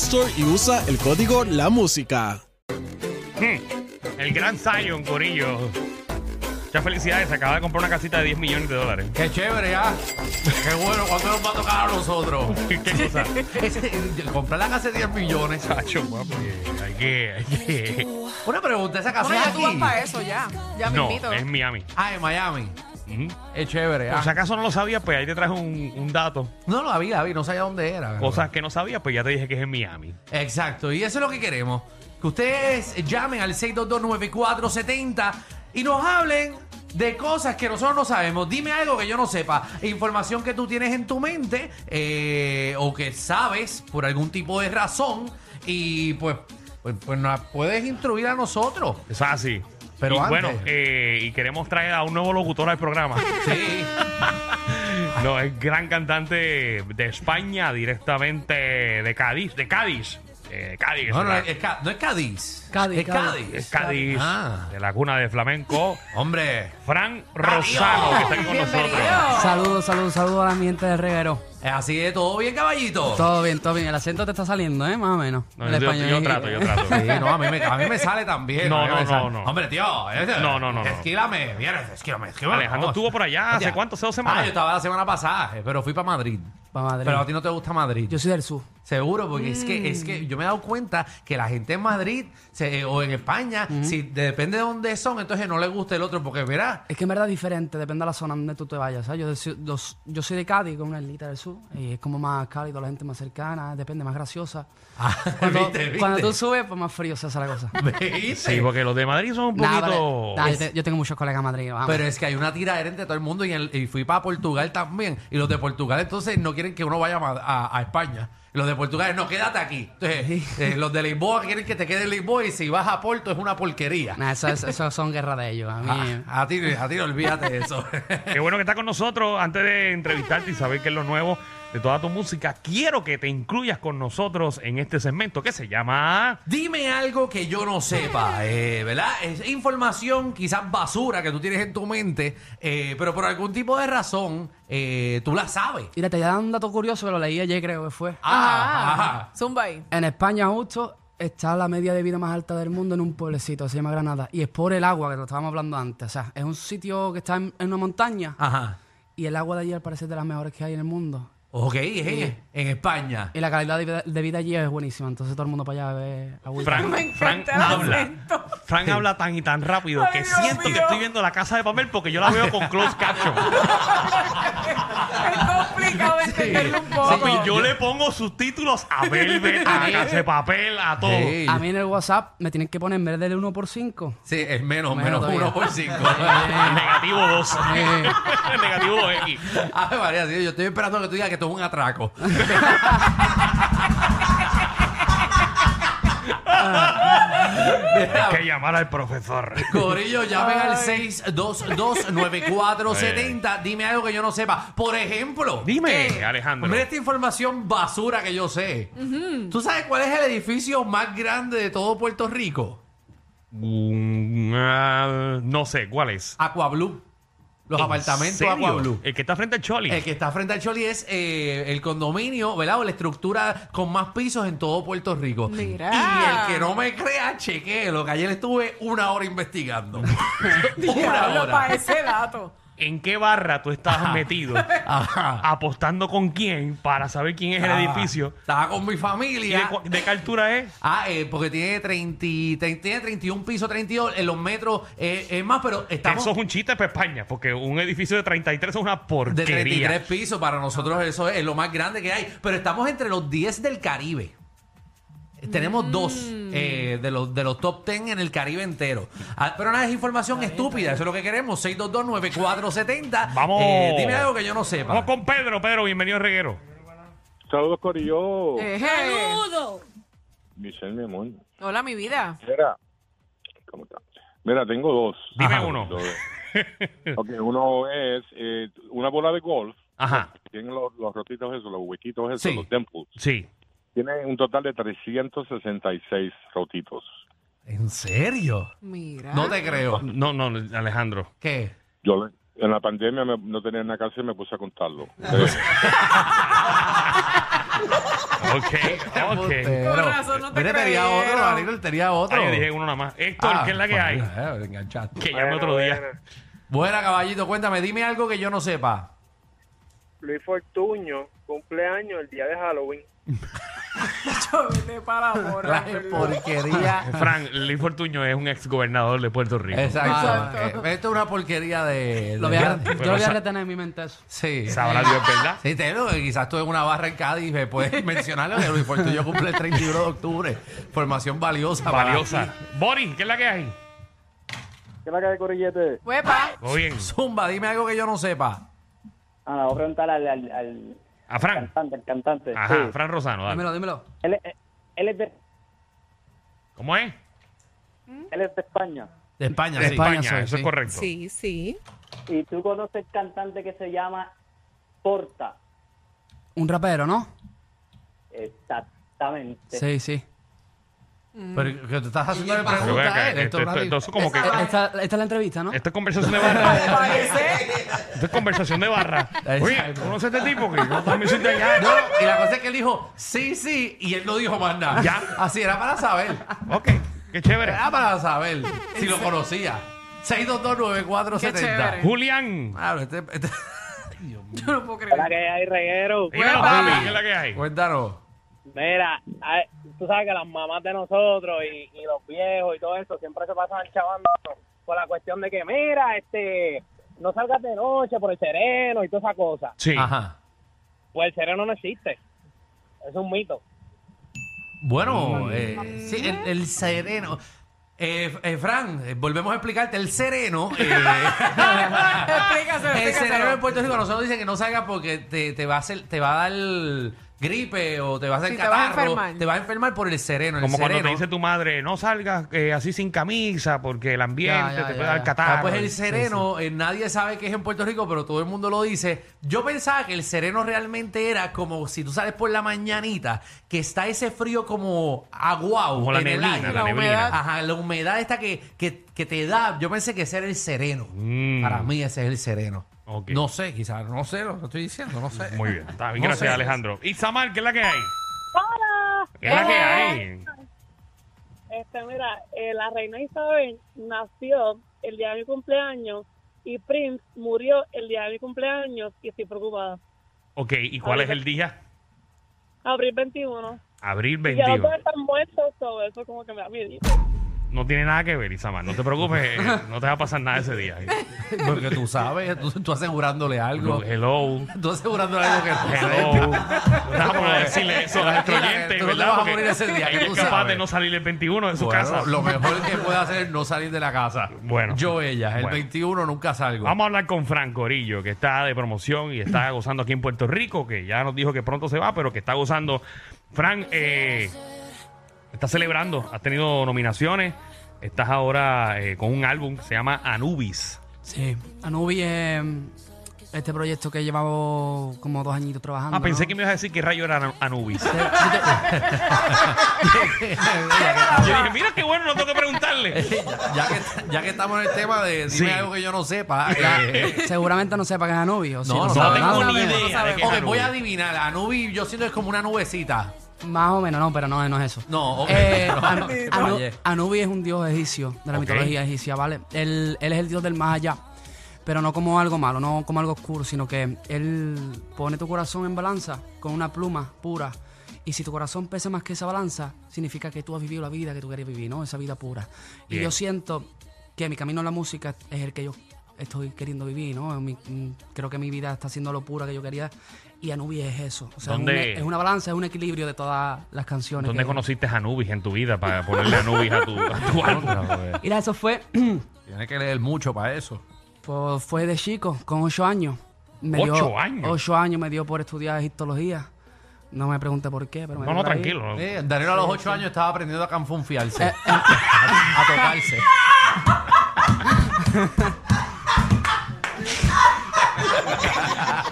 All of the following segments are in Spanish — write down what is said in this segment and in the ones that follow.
Store y usa el código La Música. El gran Zion, Corillo. Muchas felicidades, se acaba de comprar una casita de 10 millones de dólares. Qué chévere, ¿ah? Qué bueno, ¿cuándo nos va a tocar a nosotros? ¿Qué cosa? Ese- Comprar la casa de 10 millones. Tacho, guapo. eh, Hay que, hay que. Una pregunta, ¿esa casa Bueno, es ya tú vas aquí? para eso, ya. Ya me No, invito. es Miami. Ah, en Miami. Ujú. Es chévere, Por ¿ah? si acaso no lo sabía, pues ahí te traje un, un dato. No, no la vi, la vi, Ah, no sabía dónde era. pero- Cosas que no sabía, pues ya te dije que es en Miami. Exacto, y eso es lo que queremos. Que ustedes llamen al 6229470 y nos hablen de cosas que nosotros no sabemos. Dime algo que yo no sepa. Información que tú tienes en tu mente eh, o que sabes por algún tipo de razón y pues, pues, pues nos puedes instruir a nosotros. Eso es así. Pero y antes- bueno, eh, y queremos traer a un nuevo locutor al programa. Sí. No, es gran cantante de España, directamente de Cádiz. De Cádiz. Eh, Cádiz. No, no, la- es, Ca- no es Cádiz. Cádiz, Es Cádiz. Cádiz. es Cádiz. Ah. De la cuna de flamenco. Hombre, Fran Rosano, que está aquí con nosotros. Bienvenido. Saludos, saludos, saludos a la ambiente de reguero. es así de todo bien, caballito. Todo bien, todo bien. El acento te está saliendo, ¿eh? Más o menos. No, El yo- yo, español. yo trato, yo trato. Sí, no, a mí me, a mí me sale también. No, a mí no, me no, sale. no. Hombre, tío. eh, No, no, no, no. Esquílame, vienes, esquílame, esquílame. Alejandro Vamos. estuvo por allá, ¿hace cuánto? ¿Hace dos semanas? Ah, yo estaba la semana pasada, eh, pero fui para Madrid. Pa' Madrid. Pero a ti no te gusta Madrid. Yo Mm. soy del sur. Seguro, porque es que es que yo me he dado cuenta que la gente en Madrid se- eh, o en España, Mm. si depende de dónde son, entonces no le gusta el otro, porque verá. Es que en verdad es diferente, depende de la zona donde tú te vayas. ¿sabes? Yo, de ci- dos- yo soy de Cádiz, con una islita del sur, y es como más cálido, la gente más cercana, depende, más graciosa. Ah, Cuando, ¿viste, viste? cuando tú subes, pues más frío se hace la cosa. ¿Viste? Sí, porque los de Madrid son un Nah, poquito. Este, vale. Nah, yo, te- yo tengo muchos colegas en Madrid. vamos. Pero es que hay una tiradera entre todo el mundo y, el- y fui para Portugal también. Y los de Portugal entonces no quieren que uno vaya a, Ma- a- a España. Y los de Portugal, no, quédate aquí. Entonces, eh, los de Lisboa quieren que te quede en Lisboa y si vas a Porto es una porquería. Nah, eso, es- eso son guerras de ellos. A mí, Ah, a ti, a ti olvídate de eso. Qué bueno que está con nosotros. Antes de entrevistarte y saber qué es lo nuevo de toda tu música, quiero que te incluyas con nosotros en este segmento que se llama. Dime algo que yo no sepa, eh, ¿verdad? Es información quizás basura que tú tienes en tu mente, eh, pero por algún tipo de razón eh, tú la sabes. Mira, te voy a dar un dato curioso, que lo leí ayer, creo que fue. Ajá, Ajá. ajá. ah, Zumba ahí. En España justo está la media de vida más alta del mundo en un pueblecito, se llama Granada. Y es por el agua que lo estábamos hablando antes. O sea, es un sitio que está en, en una montaña Ajá. y el agua de allí al parecer es de las mejores que hay en el mundo. Ok, es en, en España. Y la calidad de vida, de vida allí es buenísima, entonces todo el mundo para allá bebe agua. Fran, Me Fran encanta el habla. acento. Fran habla tan y tan rápido que Ay, Dios siento que mío. estoy viendo la casa de papel porque yo la veo con close caption. Es complicado entenderlo un poco. Papi, yo le pongo subtítulos a Velvet, a la casa de papel, a todo. Sí. A mí en el WhatsApp me tienen que poner en vez del 1 por 5 Sí, es menos, menos Menos todavía. 1 por 5. Negativo 2. Negativo 2X. Ave María, sí, yo estoy esperando que tú digas que esto es un atraco. Hay que llamar al profesor. Corillo, llamen al 6229470. Dime algo que yo no sepa. Por ejemplo, Dime, Eh, Alejandro. mira esta información basura que yo sé. ¿Tú sabes cuál es el edificio más grande de todo Puerto Rico? Mm, ah, no sé, ¿cuál es? Aquablue. Los ¿En apartamentos serio? Aquablue. El que está frente al Choli. El que está frente al Choli es eh, el condominio, ¿verdad? O la estructura con más pisos en todo Puerto Rico. Mira. Y el que no me crea, chequee lo que ayer estuve una hora investigando. una Diablo, para hora. ese dato. en qué barra tú estás Ajá. metido, Ajá. apostando con quién para saber quién es el Ah, edificio. Estaba con mi ¿Y de, familia. cu- de qué altura es? Ah, eh, porque tiene, 30, y- tre- tiene 31 pisos, 32 en los metros. eh, es más, pero estamos Eso es un chiste para España, porque un edificio de 33 es una de porquería. 33 pisos. Para nosotros eso es, lo más grande que hay. Pero estamos entre los 10 del Caribe. Tenemos Mm. dos eh, de, los, de los top 10 en el Caribe entero. Ah, pero nada, es información estúpida. Eso es lo que queremos. 6229470. Vamos. Eh, dime algo que yo no Vamos sepa. con Pedro, Pedro, bienvenido al reguero. Saludos, Corillo. Ejé. ¡Saludo! Michelle, mi amor. Hola, mi vida. Mira, ¿cómo está? Mira, tengo dos. Dime uno. Dos. Ok, uno es eh, una bola de golf. Ajá. Tienen los, los rotitos esos, los huequitos esos, Sí. los temples. Sí. Tiene un total de 366 rotitos. ¿En serio? Mira. No te creo. No, no, Alejandro. ¿Qué? Yo le- en la pandemia me- no tenía nada que hacer y me puse a contarlo. Eh, Ok, ok. Pero, Con razón no te mira, tenía creyeron. otro, Danilo, tenía otro. Ah, yo dije uno nada más. Héctor, Ah, ¿qué es la que pues, hay? mira, eh, me enganchaste. Que llame otro día. Buena, caballito, cuéntame, dime algo que yo no sepa. Luis Fortuño, cumpleaños el día de Halloween. Yo vete para ahora. La ¿verdad? porquería. Frank, Luis Fortuño es un ex gobernador de Puerto Rico. Exacto. Exacto. Eh, esto es una porquería de. Lo de- voy a- yo Pero lo voy a sa- retener en mi mente eso. Sí. Sabrá Dios, ¿verdad? Sí, te lo, quizás tú en una barra en Cádiz me puedes mencionarlo. que Luis Fortuño cumple el 31 de octubre. Formación valiosa. para- Valiosa. Boris, ¿qué es la que hay? ¿Qué es la que hay, Corillete? Huepa. Todo bien. Zumba, dime algo que yo no sepa. Ah, voy a preguntar al, al, al A Fran. cantante, al cantante. Ajá, Sí. Fran Rosano, dale. Dímelo, dímelo. Él, es- él es de, ¿Cómo es? él es de España. De España, De sí. España, soy, eso sí. es correcto. Sí, sí. Y tú conoces el cantante que se llama Porta. Un rapero, ¿no? Exactamente. Sí, sí. Mm. Pero que tú estás haciendo Y- Pero ven acá, preguntas. eh, esto, esto es esto- una- esto es como que. Eh, Esta, esta es la entrevista, ¿no? Esta es conversación de barra. Parece. Esto es conversación de barra. Oye, Exacto. ¿conoces a este tipo? Que yo también soy de allá. No, y la cosa es que él dijo sí, sí, y él no dijo más nada. Ya. Así era para saber. Ok, qué chévere. Era para saber si lo conocía. 6229470. Qué chévere. Julián. Claro, este, este- Yo no puedo ¿Qué es la creer. que hay, reguero? Dímelo, Hueva. papi, ¿qué es la que hay? Cuéntanos. Mira, ay, tú sabes que las mamás de nosotros y, y los viejos y todo eso siempre se pasan chavando con la cuestión de que, mira, este, no salgas de noche por el sereno y toda esa cosa. Sí. Ajá. Pues el sereno no existe. Es un mito. Bueno, eh, sí, el, el sereno. Eh, eh, Fran, eh, volvemos a explicarte. El sereno. eh, Explícaselo, el sereno en explícaselo. Puerto Rico, nosotros dicen que no salgas porque te, te va a hacer, te va a dar gripe o te va a hacer Sí, te vas a catarro. enfermar. te vas a enfermar por el sereno. el Como cuando te sereno. dice tu madre, no salgas eh, así sin camisa porque el ambiente Ya, ya, te puede ya, dar ya. catarro. Ah, pues el sereno, eh, nadie sabe que es en Puerto Rico, pero todo el mundo lo dice. Yo pensaba que el sereno realmente era como si tú sales por la mañanita, que está ese frío como aguau Como la en el neblina, aire. la La neblina. humedad. Ajá, la humedad esta que, que, que te da, yo pensé que ese era el sereno. Mm. Para mí ese es el sereno. Ok. No sé, quizás, no sé lo que estoy diciendo, no sé. Muy bien. Está bien, No gracias, sé. Alejandro. Y Samar, ¿qué es la que hay? ¿Qué es la que hay? Este, mira, eh, la reina Isabel nació el día de mi cumpleaños y Prince murió el día de mi cumpleaños y estoy preocupada. Ok, ¿y cuál es el día? Abril 21. Abril Y ya 21. todos están muertos, todo eso como que me da miedito. No tiene nada que ver, Isamar. No te preocupes, eh, no te va a pasar nada ese día. Porque tú sabes, tú, tú asegurándole algo. Hello. Tú asegurándole algo que no Hello. sabes. No vamos a decirle eso a nuestro Tranquila, oyente, que tú no te ¿verdad? vas a Porque morir ese día, que ella tú es capaz de sabes. no salir el 21 de su Bueno, casa. Lo mejor que puede hacer es no salir de la casa. Bueno. Yo, ella. El Bueno. 21 nunca salgo. Vamos a hablar con Frank Corillo, que está de promoción y está gozando aquí en Puerto Rico, que ya nos dijo que pronto se va, pero que está gozando. Frank, eh, está celebrando, has tenido nominaciones, estás ahora eh, con un álbum, se llama Anubis. Sí. Anubi es este proyecto que llevamos como dos añitos trabajando. Ah, pensé ¿no? que me ibas a decir que rayo era Anu- Anubis. Yo dije, mira qué bueno, no tengo que preguntarle. Eh, ya, que, ya que estamos en el tema de dime Sí. algo que yo no sepa. eh, Seguramente no sepa que es Anubi. O sí, No, no sabe tengo ni nada. sabemos, idea no de sabemos. qué es ok, voy Anubis. a adivinar. Anubi, yo siento que es como una nubecita. Más o menos, no, pero no, no es eso. No, ok. Eh, No, Anu- maldito. Anu- Oye. Anubis es un dios egipcio, de la Ok. mitología egipcia, ¿vale? Él, él es el dios del más allá. pero no como algo malo, no como algo oscuro, sino que Él pone tu corazón en balanza con una pluma pura. Y si tu corazón pesa más que esa balanza, significa que tú has vivido la vida que tú querías vivir, ¿no? Esa vida pura. Bien. Y yo siento que mi camino a la música es el que yo estoy queriendo vivir, ¿no? Mi- mm, creo que mi vida está siendo lo pura que yo quería. Y Anubis es eso. O sea, es, ¿Dónde- un- es una balanza, es un equilibrio de todas las canciones. ¿Dónde que- conociste a Anubis en tu vida para ponerle Anubis a tu, a tu álbum? Mira, eso fue Tienes que leer mucho para eso. Pues fue de chico, con ocho años. Me ¿Ocho dio, años? Ocho años me dio por estudiar egiptología. No me pregunte por qué, pero me No, no, dio por ahí. tranquilo. no. Eh, Danilo a los 8 años estaba aprendiendo a Eh, canfunfiarse. a, a tocarse.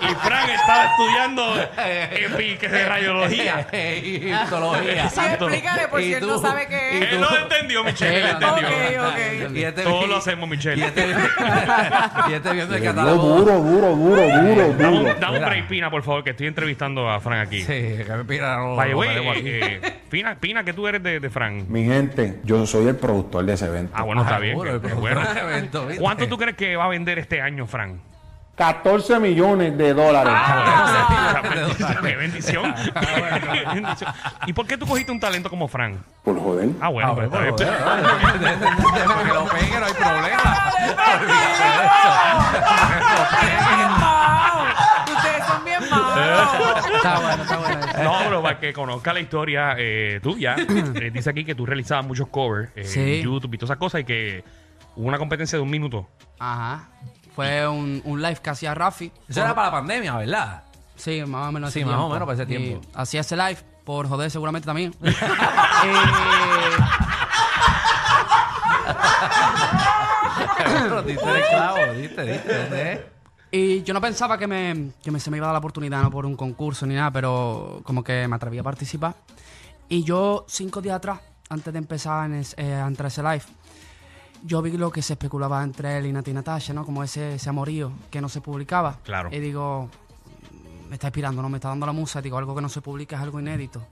Y Frank estaba estudiando epi- que de radiología. Egiptología. Sí, explícale, por ¿Y si él no tú? sabe qué ¿Y es. Él no entendió, Michelle, él Eh, entendió. Ok, ok. Y este- Todos lo hacemos, Y Michelle. este, y este viendo el catálogo. duro, duro, duro, Dame un, dame un Mira. break, Pina, por favor, que estoy entrevistando a Frank aquí. Sí, que me pira, no, By the no way, tenemos aquí. eh, eh, Pina, Pina, que tú eres de, de Frank. Mi gente, yo soy el productor de ese evento. Ah, bueno, está Ah, bien. seguro, que- el que productor bueno. del evento, ¿viste? ¿Cuánto tú crees que va a vender este año, Ah, Frank? 14 millones de dólares. ¡Qué bendición! ¡Qué bendición! ¿Y por qué tú cogiste un talento como Frank? Por joder. Ah, bueno, Ah, pero bueno, está bien. bueno, bueno, porque lo pegue no hay problema. Olvídate de bien malos. Ustedes son bien malos. Está bueno, está bueno. No, pero para que conozca la historia eh, tuya, eh, dice aquí que tú realizabas muchos covers eh, Sí. en YouTube y todas esas cosas y que hubo una competencia de un minuto. Ajá. Fue un, un live que hacía Rafi. eso. Eso era para la pandemia, ¿verdad? Sí, más o menos. Sí, más o menos para ese tiempo. Y Hacía ese live, por joder, seguramente también. Eh, Pero diste en el clavo, diste, diste, ¿eh? y yo no pensaba que, me, que me- se me iba a dar la oportunidad, no por un concurso ni nada, pero como que me atreví a participar. Y yo, cinco días atrás, antes de empezar en es- eh, a entrar a ese live, yo vi lo que se especulaba entre él y Nati Natasha, ¿no? Como ese, ese amorío que no se publicaba. Claro. Y digo, me está inspirando, ¿no? Me está dando la musa. Digo, algo que no se publica es algo inédito.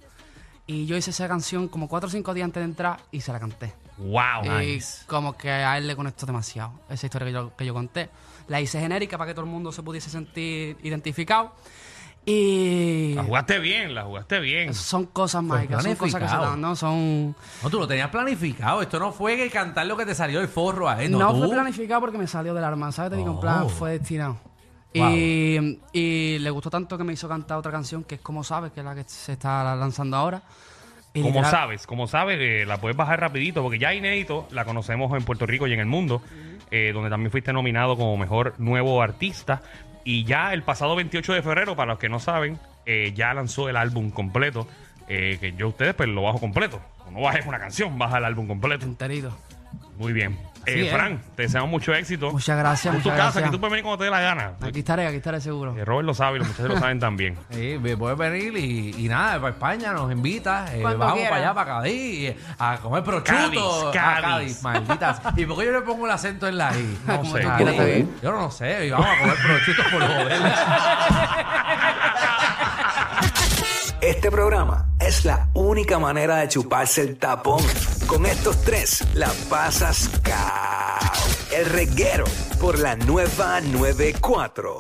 Y yo hice esa canción como cuatro o cinco días antes de entrar y se la canté. ¡Wow! Y Eh, como que a él le conectó demasiado esa historia que yo, que yo conté. La hice genérica para que todo el mundo se pudiese sentir identificado. Y La jugaste bien, la jugaste bien. son cosas mágicas, son cosas que se planificado. dan, ¿no? Son... No, tú lo tenías planificado. Esto no fue que cantar lo que te salió el forro a él, No, no, tú. fue planificado porque me salió del arma, ¿sabes? Te digo, en Oh. plan, fue destinado. Y, y le gustó tanto que me hizo cantar otra canción que es Como Sabes, que es la que se está lanzando ahora. Y Como literal- sabes, como sabes, eh, la puedes bajar rapidito porque ya inédito la conocemos en Puerto Rico y en el mundo, eh, donde también fuiste nominado como mejor nuevo artista. Y ya el pasado 28 de febrero, para los que no saben, eh, ya lanzó el álbum completo, eh, que yo a ustedes pues lo bajo completo. No bajes una canción, baja el álbum completo. Enterito. Muy bien. Así Eh, es. Fran, te deseamos mucho éxito. Muchas gracias, En tu muchas casa, gracias. que tú puedes venir cuando te dé la gana. Aquí estaré, aquí estaré seguro. Eh, Robert lo sabe y los muchachos lo saben también. Sí, me puedes venir y, y nada, para España nos invitas. eh, Cuando vamos quieras. para allá, para Cádiz, eh, a comer Cádiz, prosciutto. Cádiz. A Cádiz, malditas. ¿Y por qué yo le pongo el acento en la I? No Como sé. tú quieras, está bien. Yo no sé, y vamos a comer prosciutto por joder. Este programa es la única manera de chuparse el tapón. Con estos tres la pasas cao. El reguero por la nueva 94.